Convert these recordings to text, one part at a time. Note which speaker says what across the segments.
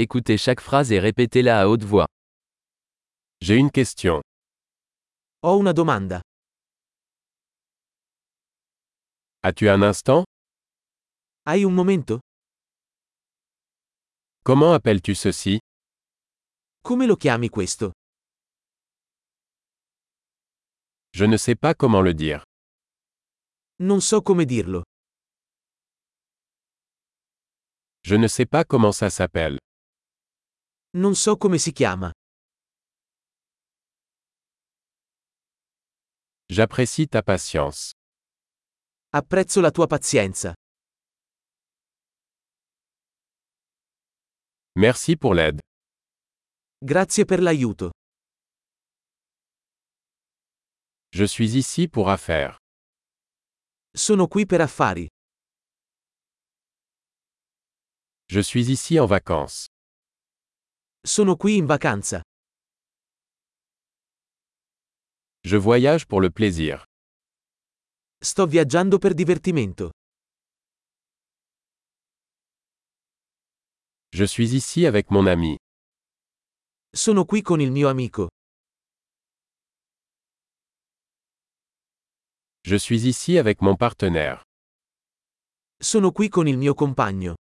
Speaker 1: Écoutez chaque phrase et répétez-la à haute voix.
Speaker 2: J'ai une question.
Speaker 3: Ho una domanda.
Speaker 2: As-tu un instant
Speaker 3: Hai un momento?
Speaker 2: Comment appelles-tu ceci
Speaker 3: Come lo chiami questo?
Speaker 2: Je ne sais pas comment le dire.
Speaker 3: Non so come dirlo.
Speaker 2: Je ne sais pas comment ça s'appelle.
Speaker 3: Non so come si chiama.
Speaker 2: J'apprécie ta patience.
Speaker 3: Apprezzo la tua pazienza.
Speaker 2: Merci pour l'aide.
Speaker 3: Grazie per l'aiuto.
Speaker 2: Je suis ici pour affaires.
Speaker 3: Sono qui per affari.
Speaker 2: Je suis ici en vacances.
Speaker 3: Sono qui in vacanza.
Speaker 2: Je voyage pour le plaisir.
Speaker 3: Sto viaggiando per divertimento.
Speaker 2: Je suis ici avec mon ami.
Speaker 3: Sono qui con il mio amico.
Speaker 2: Je suis ici avec mon partenaire.
Speaker 3: Sono qui con il mio compagno.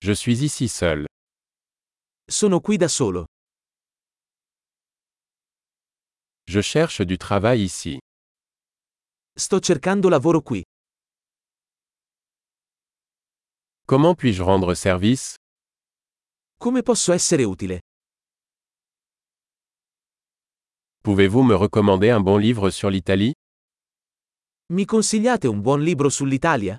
Speaker 2: Je suis ici seul.
Speaker 3: Sono qui da solo.
Speaker 2: Je cherche du travail ici.
Speaker 3: Sto cercando lavoro qui.
Speaker 2: Comment puis-je rendre service
Speaker 3: Come posso essere utile?
Speaker 2: Pouvez-vous me recommander un bon livre sur l'Italie
Speaker 3: Mi consigliate un buon libro sull'Italia?